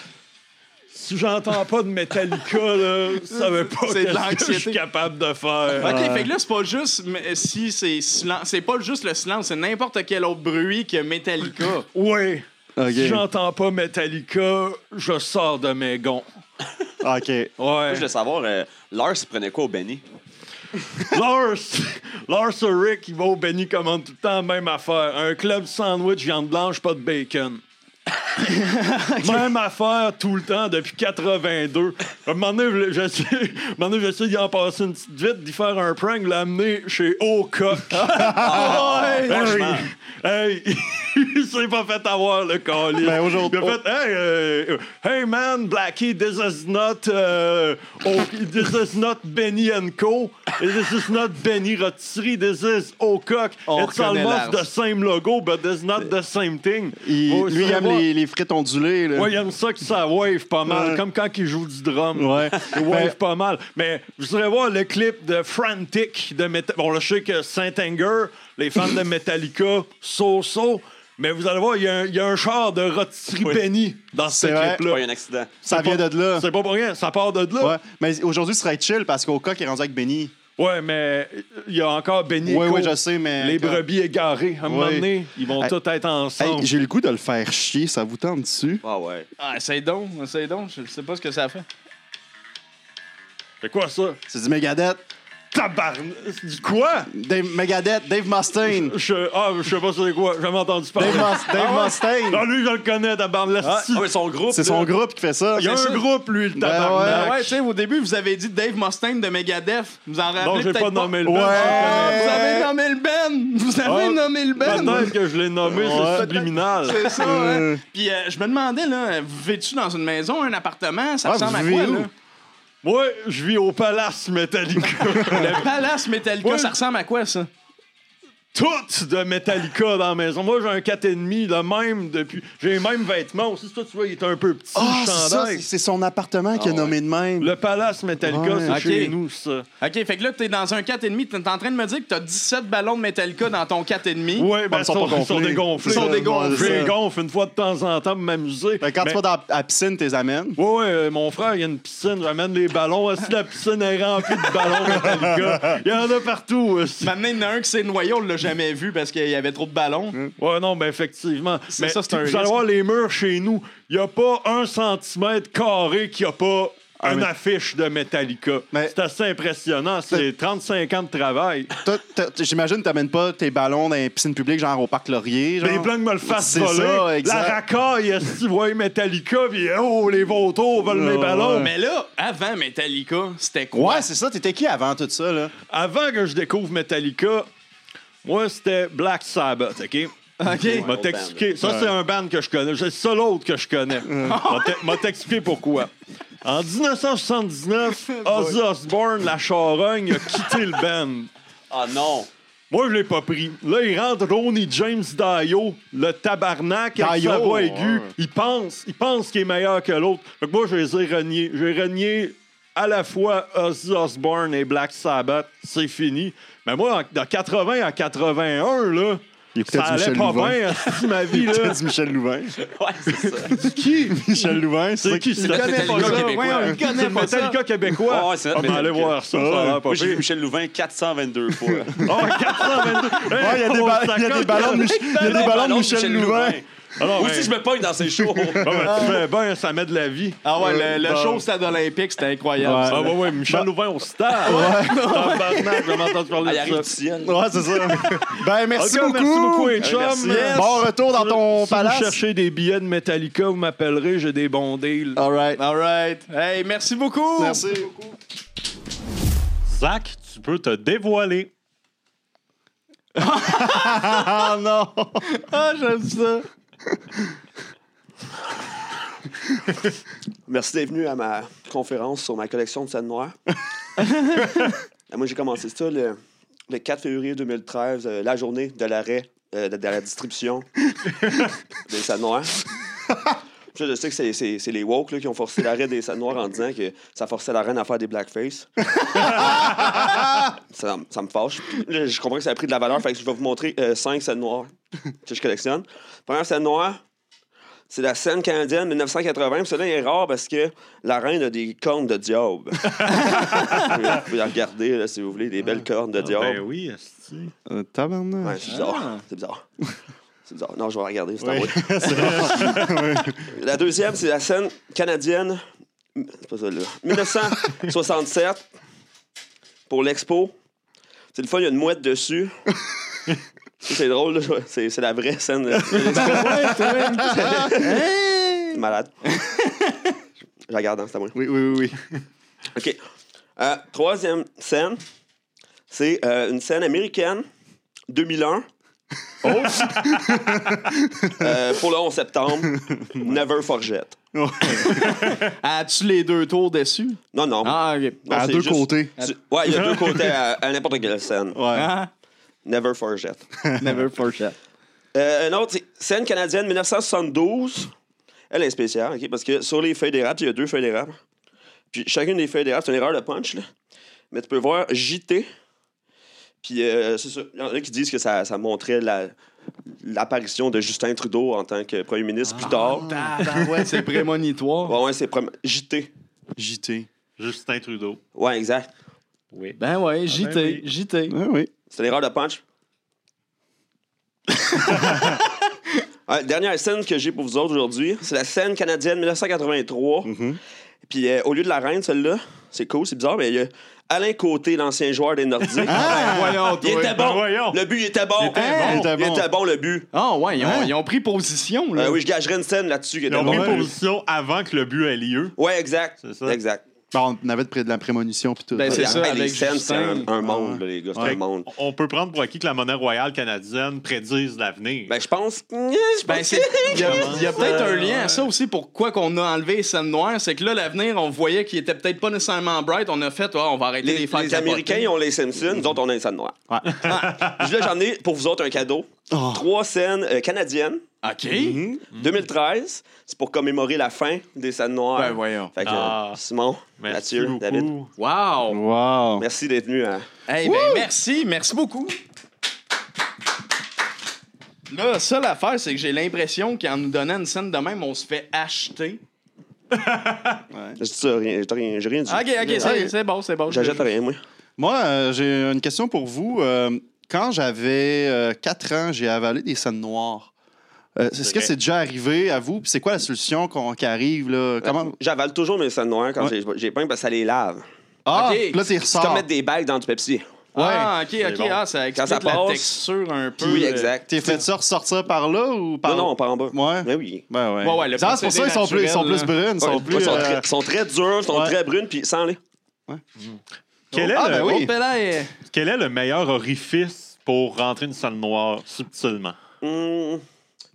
S5: si j'entends pas de Metallica, là, ça veut pas
S1: C'est de
S5: qu'est-ce que je
S1: l'anxiété.
S5: suis capable de faire.
S1: Ok, fait que là, c'est pas juste mais, si c'est silen- c'est pas juste le silence, c'est n'importe quel autre bruit que Metallica.
S5: Oui.
S2: OK.
S5: Si j'entends pas Metallica, je sors de mes gonds.
S2: OK.
S5: Ouais.
S4: Moi, je voulais savoir, euh, Lars prenait quoi au Benny?
S5: Lars, Lars Ulrich, il va au Benny commande tout le temps la même affaire. Un club sandwich, viande blanche, pas de bacon. même affaire tout le temps depuis 82. À un moment donné, j'essaie, un moment donné, j'essaie d'y en passer une petite vite, d'y faire un prank, l'amener chez Ocock. hey,
S4: franchement.
S5: hey, il s'est pas fait avoir le collier.
S2: Ben, aujourd'hui-
S5: Il a fait, hey, euh, hey man, Blackie, this is not, euh, oh, this is not Benny and Co. This is not Benny Rotisserie. This is Ocock.
S1: On
S5: It's
S1: reconnaît Lars.
S5: almost the same logo, but it's not the same thing.
S2: Il-
S5: Faut-
S2: lui, il aime
S5: savoir-
S2: les, les frites ondulées. Là.
S5: Ouais, il aime ça que ça wave pas mal,
S2: Ouais.
S5: comme quand il joue du drum.
S2: Ouais.
S5: Il wave
S2: Ben,
S5: pas mal. Mais je voudrais voir le clip de Frantic de Meta- Bon, là, je sais que Saint-Anger, les fans de Metallica, so-so. Mais vous allez voir, il y, a un- il y a un char de rotisserie Benny dans ce
S2: C'est vrai.
S5: clip-là.
S4: Pas eu un accident.
S2: ça vient de là.
S5: C'est pas pour rien, ça part de là.
S2: Ouais. Mais aujourd'hui, ce serait chill parce qu'au coq est rendu avec Benny.
S5: Ouais, mais il y a encore Benny.
S2: Oui,
S5: Co,
S2: oui, je sais, mais.
S5: Les brebis égarées. À un moment
S2: Ouais.
S5: donné, ils vont
S2: Hey.
S5: tous être
S2: Hey,
S5: ensemble.
S2: J'ai le goût de le faire chier, ça vous tente dessus?
S4: Ah ouais.
S1: Ah, essaye donc, essaye donc, je sais pas ce que ça fait.
S5: C'est quoi ça?
S2: C'est du Megadeth.
S5: Tabarn... Du quoi?
S2: Dave Megadeth, Dave Mustaine.
S5: Je... Ah, je sais pas c'est quoi, j'ai jamais entendu parler.
S2: Dave, Mus- Dave
S5: Ah,
S2: Mustaine.
S5: lui, je le connais, tabarnak.
S4: Ah, mais son groupe.
S2: C'est
S4: là,
S2: son groupe qui fait ça.
S5: Il y a un
S1: ça.
S5: groupe, lui, le
S2: Ben
S5: tabarnak.
S1: Ah ouais, tu sais, au début, vous avez dit Dave Mustaine de Megadeth. Vous en
S5: Non,
S1: rappelez
S5: j'ai
S1: peut-être
S5: pas nommé le Ben,
S2: Ouais.
S5: band.
S1: Vous avez nommé le Ben! Vous avez
S5: Ah.
S1: nommé le Ben!
S5: Peut-être que je l'ai nommé,
S2: Ouais.
S5: c'est subliminal.
S1: C'est ça, hein?
S2: Euh.
S1: Puis euh, je me demandais, là, vis-tu dans une maison, un appartement? Ça
S2: Ah,
S1: ressemble à
S2: vous
S1: quoi,
S2: vivez
S1: là?
S5: Moi, je vis au Palace Metallica.
S1: Le palace Metallica,
S5: Ouais.
S1: ça ressemble à quoi, ça?
S5: Tout de Metallica dans la maison. Moi, j'ai un 4,5, le même depuis. J'ai les mêmes vêtements aussi. Ça, tu vois, il est un peu petit,
S2: Ah,
S5: le
S2: c'est ça,
S5: chandail.
S2: c'est- c'est son appartement qu'il a
S4: Ah,
S2: nommé de même.
S5: Le Palace Metallica,
S2: Ouais.
S5: c'est
S1: Ok.
S5: chez nous, ça.
S1: OK, fait que là, t'es dans un 4,5. T'es en train de me dire que t'as 17 ballons de Metallica dans ton 4,5.
S5: Ouais, ben,
S2: ils
S5: ils
S2: sont
S5: sont,
S2: pas
S5: ils sont
S2: gonflés.
S5: dégonflés.
S1: Ils sont dégonflés.
S5: Je les
S2: C'est ça.
S5: gonfle une fois de temps en temps pour m'amuser.
S2: Fait que Ben, Quand
S5: Mais-
S2: tu vas dans la piscine, t'es amènes.
S5: Ouais, ouais, euh, mon frère, il y a une piscine, j'amène les ballons. Si la piscine est remplie de ballons Metallica, il y en a partout. aussi.
S1: Maintenant, il y en a un qui s'est noyé, on l'a jamais vu parce qu'il y avait trop de ballons.
S5: Ouais, non, ben effectivement.
S1: C'est
S5: Mais
S1: ça, c'est un
S5: vous allez
S1: risque.
S5: voir les murs chez nous, il n'y a pas un centimètre carré qui a pas
S2: Ah,
S5: une
S2: mais-
S5: affiche de Metallica.
S2: Mais-
S5: C'est assez impressionnant. C'est 35 ans de travail.
S2: Toi, t'as- t'as- J'imagine que t'amènes pas tes ballons dans les piscines publiques, genre au parc Laurier.
S5: Mais
S2: genre.
S5: les blancs me le fassent
S2: C'est
S5: voler.
S2: ça, exact.
S5: La racaille, est-ce que voient Metallica, puis oh, les vautours veulent mes
S2: Ouais,
S5: ballons.
S2: ouais.
S5: Mais
S1: Mais là, avant Metallica, c'était quoi?
S2: Ouais, c'est ça. T'étais qui avant tout ça, là?
S5: avant que je découvre Metallica, moi, c'était Black Sabbath, OK?
S1: OK.
S5: M'a
S4: autre
S5: t'expliquer. Ça, c'est un band que je connais. C'est ça l'autre que je connais. M'a te- M'a t'expliquer pourquoi. En 1979, Ozzy Osbourne, la charogne, a quitté le band.
S4: Ah non.
S5: Moi, je l'ai pas pris. Là, il rentre Ronnie James Dio, le tabarnak, avec sa
S2: Dio,
S5: voix
S2: ouais.
S5: aiguë. Il pense, il pense qu'il est meilleur que l'autre. Fait que moi, je les ai reniés. J'ai renié à la fois Ozzy Osbourne et Black Sabbath. C'est fini. Mais moi, en- de 80 à 81, là,
S2: Il écoutait
S5: ça
S2: du
S5: allait
S2: Michel
S5: pas
S2: Louvain.
S5: bien, asti, ma vie,
S2: Il
S5: là.
S2: écoutait du Michel Louvain.
S4: Ouais, c'est ça.
S5: Qui?
S2: Michel Louvain,
S5: C'est qui
S1: le
S5: ça?
S1: Metallica québécois.
S5: voyons,
S1: C'est le
S5: C'est le Metallica québécois.
S4: Ouais, ouais, c'est notre
S5: On va aller
S4: Metallica.
S5: voir Ah, ça, Ah, ça a l'air pas
S4: Moi, j'ai vu
S5: pire.
S4: Michel Louvain 422 fois.
S5: Oh, 422.
S2: Ouais, il y a des,
S5: on
S2: ba- il y a
S5: s'accorde.
S2: des ballons de Mich- il y a des ballons de Michel Louvain.
S5: Alors,
S4: Ou si
S5: ben,
S4: je me pogne dans ses shows.
S5: Ah ben, tu fais bien, ça met de la vie.
S1: Ah ouais, le, le
S2: Bon.
S1: show stade olympique, c'était incroyable.
S2: Ouais.
S1: ça.
S5: Ah ouais, ouais, Michel Louvain au stade. Ouais. Tabarnak, j'ai jamais entendu
S4: Ah, il
S5: parler
S4: arrive
S5: de
S4: du
S5: ça.
S4: ciel.
S2: Ouais, c'est ça. Ben, merci
S5: Ok,
S2: beaucoup.
S5: Merci beaucoup, les chums.
S4: merci.
S5: Yes.
S2: Bon retour dans ton
S5: si vous
S2: palace.
S5: cherchez des billets de Metallica, vous m'appellerez, j'ai des bons deals.
S2: All right.
S1: All right. Hey, merci beaucoup.
S2: Merci.
S5: Zach, tu peux te dévoiler.
S2: Ah non!
S1: Ah, j'aime ça.
S4: Merci d'être venu à ma conférence sur ma collection de scènes noires. Ah, Moi, j'ai commencé ça le, le 4 février 2013, euh, la journée de l'arrêt euh, de, de la distribution des scènes noires. Puis là, Je sais que c'est- c'est c'est les woke là, qui ont forcé l'arrêt des scènes noires en disant que ça forçait la reine à faire des blackface. ça, ça me fâche. Puis là, je comprends que ça a pris de la valeur, fait que je vais vous montrer euh, cinq scènes noires que je collectionne. Première scène noire, C'est la scène canadienne 1980. Puis celle-là est rare parce que la reine a des cornes de diable. vous pouvez la regarder, là, si vous voulez, des belles cornes de diable.
S5: Ben oui, esti.
S2: Euh,
S4: Ouais,
S2: tabarnak.
S4: c'est bizarre. C'est bizarre. C'est bizarre. Non, je vais regarder. c'est envoyé. la deuxième, c'est la scène canadienne. C'est pas ça, là. 1967, pour l'expo. C'est le fun, il y a une mouette dessus. Ça, c'est drôle, là. C'est, c'est la vraie scène. de- de
S2: Ah,
S4: l'expo. C'est Malade. Je la garde, hein, c'est à moi.
S2: Oui, oui, oui. oui.
S4: OK. Euh, troisième scène, c'est euh, une scène américaine, 2001.
S2: Oh!
S4: Euh, pour le 11 septembre, Never Forget.
S1: As-tu les deux tours dessus?
S4: Non, non.
S1: Ah, ok.
S4: Non,
S2: à
S4: c'est
S2: deux
S4: juste-
S2: côtés.
S4: Tu- Ouais, il y a deux côtés à, à n'importe quelle scène.
S2: Ouais.
S1: Ah,
S4: Never Forget.
S1: never forget.
S4: Euh, un autre, c'est scène canadienne 1972. Elle est spéciale, OK? Parce que sur les feuilles d'érable, il y a deux feuilles d'érable. Puis chacune des feuilles d'érable, c'est une erreur de punch, là. Mais tu peux voir JT. Puis euh, c'est ça. Il y en a qui disent que ça, ça montrait la- l'apparition de Justin Trudeau en tant que premier ministre
S1: Ah.
S4: plus tard.
S1: ouais, c'est prémonitoire.
S4: Ouais, ouais, c'est prom- JT.
S2: JT.
S5: Justin Trudeau.
S4: Ouais, exact.
S5: Oui.
S1: Ben ouais, JT,
S5: oui.
S1: JT.
S2: Oui, Ah oui.
S4: C'est une erreur de punch. Ouais, dernière scène que j'ai pour vous autres aujourd'hui, c'est la scène canadienne 1983. Puis euh, au lieu de la reine, celle-là, c'est cool, c'est bizarre, mais il y a Alain Côté, l'ancien joueur des Nordiques.
S1: Ah, voyons,
S4: il
S1: toi.
S4: était
S5: Ben
S4: bon.
S5: voyons.
S4: Le but, il était bon.
S1: Hein?
S2: Il
S4: Il
S2: était
S4: était
S2: bon.
S4: bon, le but.
S1: Ah, ouais, ils ont,
S2: Hein?
S1: ils ont pris position, là.
S4: Euh, oui, je gagerais une scène là-dessus. qui
S5: Ils
S4: était
S5: ont pris
S4: bon.
S2: Ouais.
S5: position avant que le but ait lieu.
S4: Ouais, exact.
S5: C'est ça.
S4: Exact.
S2: Bon, on avait de près de la prémonition puis tout.
S1: Ben, c'est
S4: Ouais,
S1: ça,
S4: hey, les
S1: avec
S4: scènes, c'est
S1: Justin.
S4: un, un monde,
S2: Ah
S4: là, les gars, c'est
S5: Fait
S4: un monde.
S5: qu'on- On peut prendre pour acquis que la monnaie royale canadienne prédise l'avenir.
S4: Ben, je pense. Je
S1: Ben,
S4: pense
S1: c'est- il y a, il y a peut-être un lien à
S5: Ouais.
S1: ça aussi pourquoi qu'on a enlevé scène noire, c'est que là l'avenir on voyait qu'il était peut-être pas nécessairement bright, on a fait Ah, on va arrêter
S4: Les,
S1: de les faire
S4: les
S1: capoter.
S4: Américains ils ont les Simpsons, nous autres, on a une scène noire.
S2: Ouais.
S4: Je voulais- j'en ai pour vous autres un cadeau.
S2: Oh.
S4: Trois scènes euh, canadiennes.
S1: OK.
S4: 2013, c'est pour commémorer la fin des scènes noires.
S1: Ben voyons.
S4: Fait que,
S5: Ah.
S4: euh, Simon,
S5: Merci
S4: Mathieu,
S5: beaucoup.
S4: David,
S1: Wow.
S2: Wow.
S4: merci d'être hein. venu. à-
S1: Hey, ben, merci, merci beaucoup. Là, ça l'affaire, c'est que j'ai l'impression qu'en nous donnant une scène de même, on se fait acheter.
S4: Je dis ça, rien, j'ai rien, j'ai rien dit.
S1: OK, OK, c'est- c'est bon, c'est bon.
S4: J'achète rien, moi.
S2: Moi, euh, j'ai une question pour vous. Euh, quand j'avais 4 ans, j'ai avalé des scènes noires. Euh, Est-ce
S5: C'est
S2: que
S5: vrai.
S2: c'est déjà arrivé à vous? Puis c'est quoi la solution qu'on qui arrive? Là? Comment...
S4: J'avale toujours mes scènes noires quand
S2: Ouais.
S4: j'ai- j'ai peint parce que ça les lave.
S2: Ah,
S1: Ok.
S2: puis là, t'y
S4: C'est comme
S2: ressors.
S4: mettre des bagues dans du Pepsi.
S1: Ah, OK, OK,
S5: bon.
S1: ah, ça explique
S4: ça
S1: la
S4: passe,
S1: texture un peu.
S4: oui,
S1: euh,
S4: exact.
S2: T'es fait ça ressortir par là ou par
S4: Non, non, on part en bas.
S2: Ouais.
S4: Mais oui.
S2: Ben ouais.
S1: Ouais, ouais, le
S2: Ah, c'est pour ça
S1: procédé
S2: qu'ils sont plus, ils sont plus
S1: naturel,
S2: brunes. Ils sont
S4: Ouais, ils,
S2: plus.
S4: sont
S2: euh,
S4: très, ils sont très durs, ils sont
S2: ouais.
S4: très brunes, puis sans les.
S5: Quel est,
S2: Ah,
S5: le,
S2: ben oui.
S1: Oh, Pelé.
S5: quel est le meilleur orifice pour rentrer une scène noire subtilement?
S4: Hmm.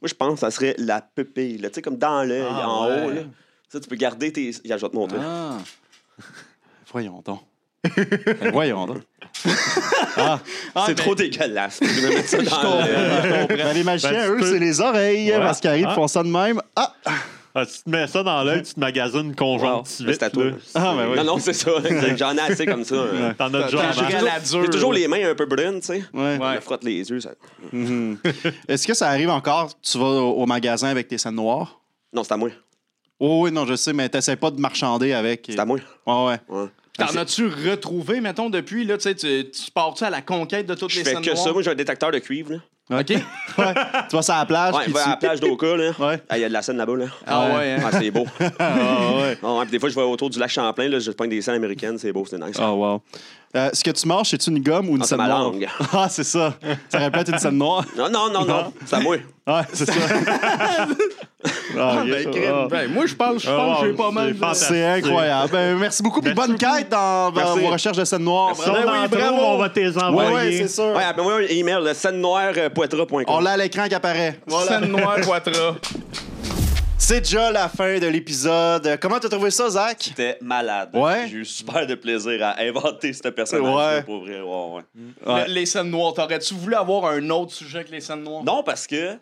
S4: Moi, je pense que ça serait la pupille, là. tu sais, comme dans l'œil,
S5: Ah,
S4: en
S5: ouais.
S4: haut. Là. Ça, tu peux garder tes. Regarde, je vais te montrer.
S2: Ah. Voyons donc. Ben, voyons donc. Ah,
S1: Ah,
S4: c'est
S1: ben,
S4: trop dégueulasse. Tu peux mettre ça dans l'œil.
S2: ben, les
S5: Ben,
S2: magiciens,
S5: tu
S2: eux,
S5: peux-
S2: c'est les oreilles.
S5: Ouais.
S2: Parce qu'ils arrivent,
S5: Ah.
S2: font ça de même. Ah,
S5: Ah, tu te mets ça dans l'œil, tu te magasines une
S4: Wow,
S5: conjonctivite.
S4: c'est à toi.
S5: là.
S2: Ah, ben oui.
S4: Non, non, c'est ça. J'en ai assez comme ça. hein.
S5: T'en as déjà
S1: T'as
S5: en
S1: joué
S5: masse.
S1: à la dure.
S4: J'ai toujours les mains un peu brunes, tu sais.
S2: Ouais.
S4: Je me frotte les yeux. ça-
S2: Mhm. Est-ce que ça arrive encore? Tu vas au, au magasin avec tes scènes noires?
S4: Non, c'est à moi.
S2: Oh, oui, non, je sais, mais t'essaies pas de marchander avec.
S4: C'est à moi.
S2: Ouais, ouais.
S4: Ouais.
S1: T'en as-tu retrouvé, mettons, depuis, là, tu sais, tu tu pars-tu à la conquête de toutes
S4: Je
S1: les
S4: fais
S1: scènes
S4: que ça.
S1: noires?
S4: Moi, j'ai un détecteur de cuivre. Là.
S1: OK.
S2: Ouais. Tu vas sur la plage.
S4: Ouais,
S2: puis
S4: va à
S2: tu-
S4: la plage d'Oka. là. Ah,
S2: Ah, Ouais.
S4: Il y a de la scène là-bas. Là.
S1: Ah ouais, hein?
S4: Ah, c'est beau.
S2: Ah, ouais.
S4: Ah, ouais, puis des fois, je vais autour du lac Champlain. Là, je prends des scènes américaines. C'est beau, c'est nice.
S2: Oh, wow. Euh, ce que tu manges, c'est-tu une gomme ou une
S4: Ah, c'est
S2: scène
S4: ma
S2: noire?
S4: langue.
S2: Ah, c'est ça. Ça répète une scène noire.
S4: Non, non, non, non. C'est à moi.
S2: Ouais, c'est ça. Ah, yes. Ah.
S1: Ben, moi, je pense, je
S5: Ah,
S1: pense que j'ai
S5: wow,
S1: pas
S5: c'est
S1: mal. de-
S5: fantastique.
S2: C'est incroyable. Ben, merci beaucoup. Puis
S5: Merci
S2: bonne
S5: beaucoup.
S2: quête dans, dans
S4: Merci.
S2: vos recherches de scène noire.
S5: Si on
S1: oui,
S5: en trouve,
S1: bravo.
S5: on va te les
S2: Ouais,
S5: envoyer.
S2: ouais, c'est sûr.
S4: Ouais, appelle-moi un email, le scène-noire-poitras.com.
S2: On l'a à l'écran qui apparaît.
S1: Scène noire, Poitras.
S2: C'est déjà la fin de l'épisode. Comment t'as trouvé ça, Zach?
S4: J'étais malade.
S2: Ouais.
S4: J'ai eu super de plaisir à inventer ce personnage
S2: Ouais.
S4: pour vrai. Ouais, ouais.
S1: Les les scènes noires, t'aurais-tu voulu avoir un autre sujet que les scènes noires?
S4: Non, parce que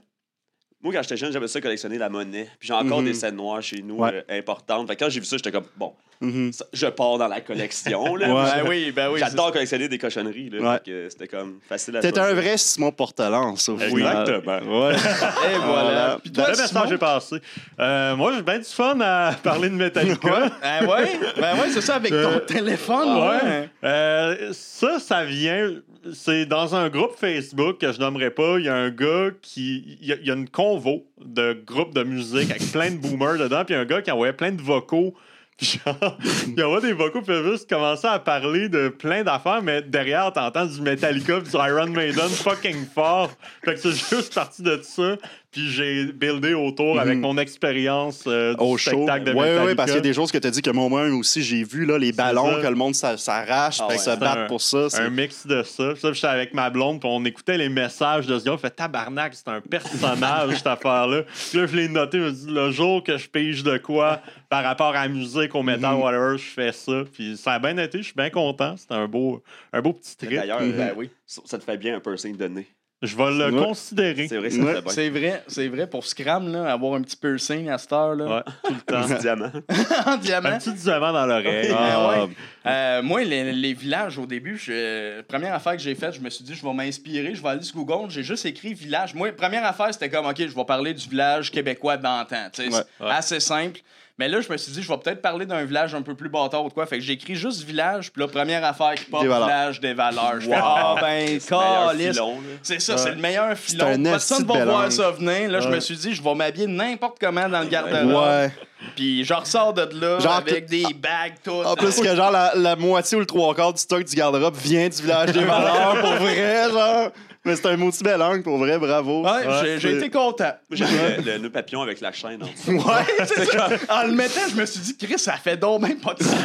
S4: Moi, quand j'étais jeune, j'avais ça collectionner la monnaie. Puis j'ai encore des scènes noires chez nous
S2: Mhm. Ouais.
S4: euh, importantes. Fait que quand j'ai vu ça, j'étais comme, bon,
S2: Mhm.
S4: ça- je pars dans la collection. là.
S2: Ouais. Ah
S1: Ben oui, ben oui.
S4: J'adore collectionner des cochonneries. Là,
S2: Ouais.
S4: Fait que c'était comme facile à
S2: T'es un
S4: choisir. Euh, ben,
S2: vrai Simon Portalance, au final.
S4: Exactement.
S2: Ouais.
S1: Et voilà.
S2: Voilà.
S1: Puis
S3: Le
S1: toi,
S3: message
S1: Simon?
S3: j'ai passé. Euh, moi, j'ai bien du fun à parler de Metallica.
S1: Ah ouais? Ben ouais, c'est ça, avec ton
S3: Euh,
S1: téléphone.
S2: Ah
S3: Ouais. Euh, ça, ça vient. C'est dans un groupe Facebook que je nommerai pas. Il y a un gars qui. Il y, a- il y a une convo de groupe de musique avec plein de boomers dedans. Puis il y a un gars qui envoyait plein de vocaux. Puis Genre, il envoie des vocaux, puis il a juste commencer à parler de plein d'affaires, mais derrière, t'entends du Metallica, puis du Iron Maiden fucking fort. Fait que c'est juste parti de ça, puis j'ai buildé autour avec
S2: Mhm.
S3: mon expérience euh, du
S2: Au show.
S3: spectacle de
S2: Ouais, ouais,
S3: Metallica.
S2: ouais, parce qu'il y a des choses que t'as dit que moi, moi aussi, j'ai vu, là, les ballons
S3: ça.
S2: que le monde s'a- s'arrache,
S4: Ah
S2: fait que
S4: ouais.
S2: se battent pour ça. c'est-
S3: un mix de ça. Puis ça, j'étais avec ma blonde, puis on écoutait les messages de ce gars. On fait tabarnak, c'est un personnage, cette affaire-là. Puis là, je l'ai noté, je me dis, le jour que je pige de quoi par rapport à la musique, au metal, whatever, je fais ça. Puis ça a bien été, je suis bien content. C'était un beau, un beau petit trip.
S4: D'ailleurs,
S2: Mhm.
S4: ben oui, ça ça te fait bien un piercing donné.
S3: Je vais le
S2: Ouais.
S3: considérer
S4: C'est vrai, ça te
S2: Ouais,
S4: fait bien.
S1: C'est vrai, c'est vrai. Pour Scram, là, avoir un petit piercing à cette heure, là,
S3: Ouais, tout le temps.
S4: Un petit diamant.
S1: en
S3: un
S1: diamant.
S3: petit diamant dans l'oreille.
S1: Ah, ouais. Euh, moi, les, les villages, au début, je- première affaire que j'ai faite, je me suis dit, je vais m'inspirer, je vais aller sur Google. J'ai juste écrit village. Moi, première affaire, c'était comme, OK, je vais parler du village québécois d'antan. Tu sais,
S2: Ouais,
S1: c'est Assez simple. Mais là, je me suis dit, je vais peut-être parler d'un village un peu plus bâtard ou de quoi. Fait que j'écris juste village, puis la première affaire qui porte,
S2: Des valeurs.
S1: village des valeurs. Je fais,
S4: Wow.
S1: ah ben,
S4: Meilleur
S1: calisse.
S4: filon, là.
S1: C'est ça, c'est le meilleur filon.
S2: un esti
S1: Personne
S2: de
S1: va
S2: bel
S1: voir
S2: angle.
S1: ça venir. Là, je me suis dit, je vais m'habiller n'importe comment dans le garde-robe.
S2: Ouais.
S1: Puis je ressors de là
S2: Genre Ah,
S1: avec des bagues, tout.
S2: En plus que genre la, la moitié ou le trois quarts du stock du garde-robe vient du village des valeurs pour vrai, genre. Mais c'est un mot-tu bel angle pour vrai, bravo.
S1: Ouais, j'ai- j'ai
S2: c'est-
S1: été content.
S4: Moi, j'avais le, le nœud papillon avec la chaîne en dessous.
S1: Ouais, c'est ça. En le mettant, je me suis dit, Chris, ça fait donc même pas de sens.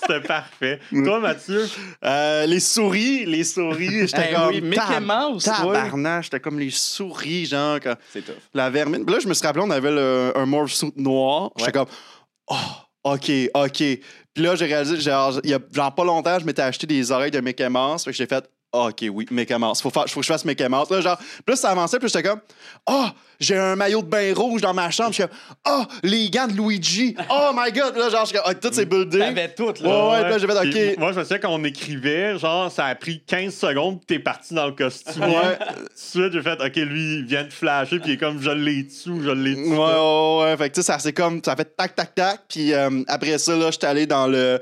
S3: C'était parfait. Toi, Mathieu,
S2: Euh, les souris, les souris, j'étais
S1: Eh
S2: comme
S1: oui, Mickey
S2: tab-
S1: Mouse,
S2: Tabarnak, j'étais comme les souris, genre quand-
S4: C'est tough.
S2: la vermine. Puis là, je me suis rappelé, on avait le- un morph suit noir. J'étais comme, oh, OK, OK. Puis là, j'ai réalisé, genre, il y a genre pas longtemps, je m'étais acheté des oreilles de Mickey Mouse. Fait que j'ai fait, OK, oui, Mickey Mouse. Faut, faire- faut que je fasse Mickey Mouse. Là, genre, plus ça avançait, plus j'étais comme, oh, j'ai un maillot de bain rouge dans ma chambre. J'étais comme, oh, les gants de Luigi. Oh my God. Puis là, genre, j'étais comme, Ah, tout s'est buildé. Ouais,
S1: Mm. T'avais tout, là.
S2: ouais, ben, puis là, j'ai fait, OK.
S3: Puis moi, je me souviens qu'on écrivait, genre, ça a pris 15 secondes, puis t'es parti dans le costume.
S2: Ouais.
S3: Tout de suite, j'ai fait, OK, lui, il vient de flasher, puis il est comme, je l'ai tout, je l'ai
S2: Ouais,
S3: tout.
S2: ouais, ouais. Fait que, tu sais, ça, c'est comme, ça fait tac, tac, tac. Puis euh, après ça, là, j'étais allé dans le.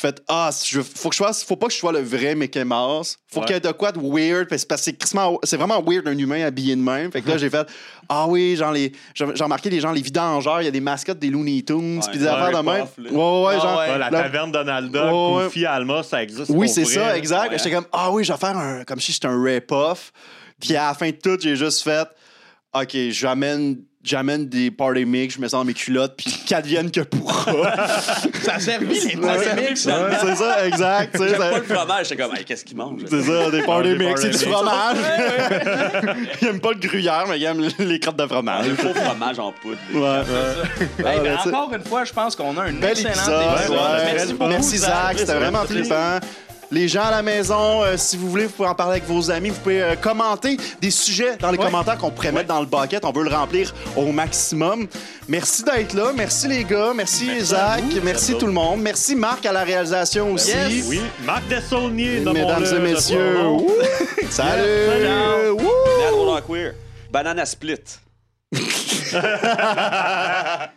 S2: Je fais, ah, si je, faut, que je fasse, faut pas que je sois le vrai Mickey Mouse. Faut
S3: Ouais.
S2: qu'il y ait de quoi de weird. Parce parce que c'est crissement- c'est vraiment weird un humain habillé de même. Fait que
S3: Mhm.
S2: là, j'ai fait, ah oui, genre, les, j'ai j'ai remarqué les gens, les vidangeurs, il y a des mascottes des Looney Tunes,
S4: Ouais,
S2: puis des
S3: ouais,
S2: affaires de
S4: les
S2: même.
S4: puffs, là.
S2: Ouais, ouais, ouais,
S1: Ah,
S2: genre.
S3: Ouais, la
S2: là-
S3: taverne Donalda,
S2: Ouais, ouais.
S3: Goofy, Alma, ça existe.
S2: oui,
S3: pour
S2: c'est
S3: vrai,
S2: ça,
S3: là.
S2: exact.
S4: Ouais.
S2: J'étais comme, ah oui, je vais faire un. Comme si j'étais un rip-off. Puis à la fin de tout, j'ai juste fait, OK, j'amène. J'amène des party mix, je me sens dans mes culottes, puis qu'advienne que pourra.
S1: Ça a servi, les
S2: Ouais.
S1: polémiques, ça.
S2: Ouais, c'est ça, exact. tu sais,
S4: J'aime
S2: ça-
S4: pas le fromage, j'étais comme, Hey, qu'est-ce qu'il mange? là?
S2: C'est ça, des party
S3: des
S2: mix, c'est du
S3: party mix.
S2: fromage. il aime pas le gruyère, mais il aime les crottes de fromage.
S4: Le faux fromage en poudre. là.
S2: Ouais.
S1: Hey, ben,
S2: ben, c'est-
S1: encore une fois, je pense qu'on a un
S2: Bel
S1: excellent
S2: épisode.
S1: épisode.
S2: ouais.
S1: Merci
S2: Merci,
S1: beaucoup,
S2: Zach, c'était vraiment flippant. Les gens à la maison, euh, si vous voulez, vous pouvez en parler avec vos amis. Vous pouvez euh, commenter des sujets dans les commentaires qu'on pourrait mettre dans le bucket. On veut le remplir au maximum. Merci d'être là. Merci les gars. Merci, Zach. Merci tout le monde. Merci Marc à la réalisation aussi.
S1: Yes.
S3: Oui, Marc Dessaulniers,
S2: Mesdames
S3: nommons-le
S2: et
S3: de
S2: messieurs.
S3: son nom.
S2: Wouh! Salut.
S1: Ciao.
S2: Wouh!
S4: Mais à drôle en queer. Banana split.